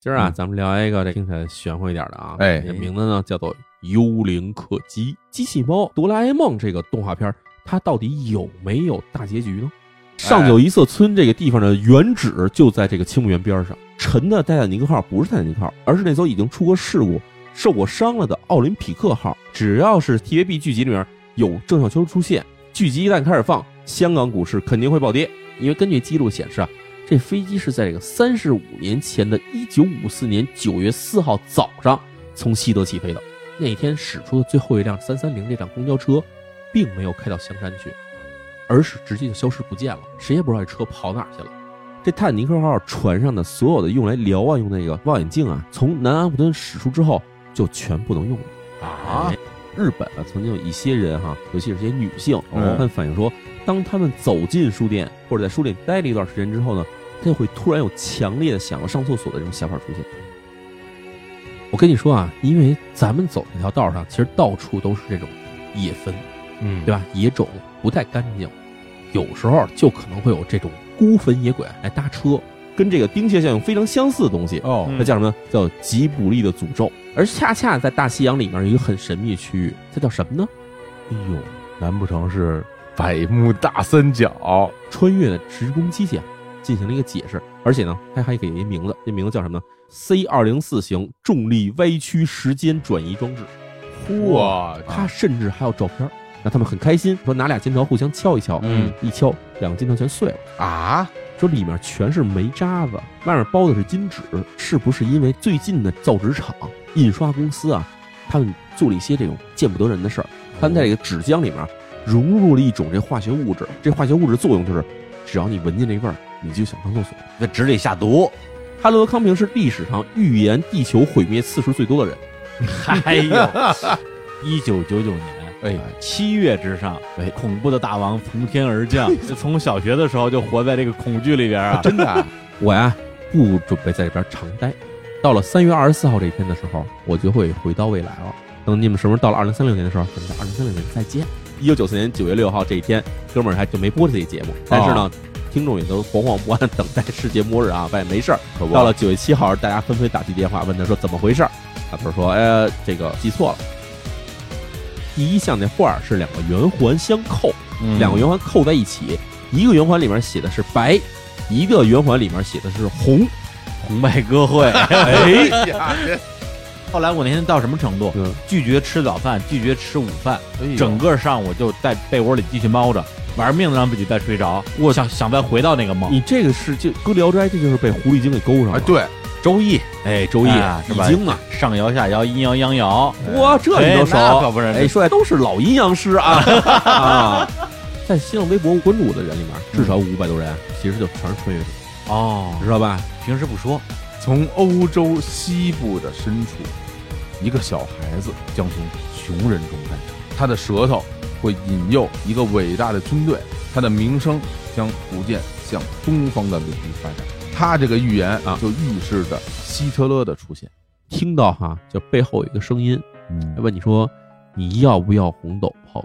今儿啊，嗯咱们聊一个这听起来玄乎一点的啊，哎这名字呢叫做《幽灵客机》。机器猫哆啦 A 梦这个动画片儿，它到底有没有大结局呢？哎上九一色村这个地方的原址就在这个青木园边上。沉的泰坦尼克号不是泰坦尼克号，而是那艘已经出过事故、受过伤了的奥林匹克号。只要是 TVB 剧集里面有郑少秋出现，剧集一旦开始放，香港股市肯定会暴跌，因为根据记录显示啊，这飞机是在这个三十五年前的一九五四年九月四号早上从西德起飞的。那天驶出的最后一辆三三零这辆公交车，并没有开到香山去，而是直接就消失不见了，谁也不知道这车跑哪儿去了。这泰坦尼克号船上的所有的用来瞭望用那个望远镜啊，从南安普敦驶出之后就全不能用了。啊哎，日本啊，曾经有一些人哈、尤其是些女性，嗯我看反映说，当他们走进书店或者在书店待了一段时间之后呢，他就会突然有强烈的想要上厕所的这种想法出现。我跟你说啊，因为咱们走这条道上，其实到处都是这种野坟，嗯对吧？野种不太干净，有时候就可能会有这种孤坟野鬼来搭车，跟这个丁蟹效应非常相似的东西。哦它叫什么呢？叫吉卜力的诅咒。而恰恰在大西洋里面有一个很神秘的区域，它叫什么呢？哎呦，难不成是百慕大三角？穿越的时空机械进行了一个解释，而且呢，它还给一名字，这名字叫什么呢？C 二零四型重力歪曲时间转移装置。哇，他甚至还有照片儿，那他们很开心，说拿俩金条互相敲一敲，嗯，一敲两个金条全碎了。啊，说里面全是煤渣子，外面包的是金纸，是不是因为最近的造纸厂、印刷公司啊，他们做了一些这种见不得人的哦事儿？他们在这个纸浆里面融入了一种这化学物质，这化学物质作用就是，只要你闻见这味儿，你就想上厕所。在纸里下毒，哈罗德·康平是历史上预言地球毁灭次数最多的人。哎呦，一九九九年。哎，七月之上，哎，恐怖的大王从天而 降。就从小学的时候就活在这个恐惧里边啊，真的啊，我呀，不准备在这边常待。到了三月二十四号这一天的时候，我就会回到未来了。等你们什么时候到了二零三六年的时候，咱们在二零三六年再见。一九九四年九月六号这一天，哥们儿还就没播这期节目，但是呢，听众也都惶惶不安，等待世界末日啊，发现没事儿。可不到了九月七号，大家纷纷打去电话问他说怎么回事儿，大头说：“哎，这个记错了。”第一项那画儿是两个圆环相扣，嗯两个圆环扣在一起，一个圆环里面写的是白，一个圆环里面写的是红。红白歌 会。 哎呀，后来我那天到什么程度？嗯，哎拒绝吃早饭，拒绝吃午饭，这整个上午就在被窝里继续猫着，玩命的让自己再睡着。我想想再回到那个梦。你这个是就搁《聊斋》，这就是被狐狸精给勾上了。哎，对，周易，哎，周易、啊是吧易啊经啊，上爻下爻，阴爻阳爻。哇，这你都哎 那熟可？不是，哎，说来都是老阴阳师 啊啊！在新浪微博关注我的人里面，至少五百多人，其实就全是穿越者，哦，知道吧？平时不说，从欧洲西部的深处，一个小孩子将从穷人中诞生，他的舌头会引诱一个伟大的军队，他的名声将逐渐向东方的领域发展。他这个预言啊就预示着希特勒的出现。听到哈，就背后有一个声音嗯问你说，你要不要红豆泡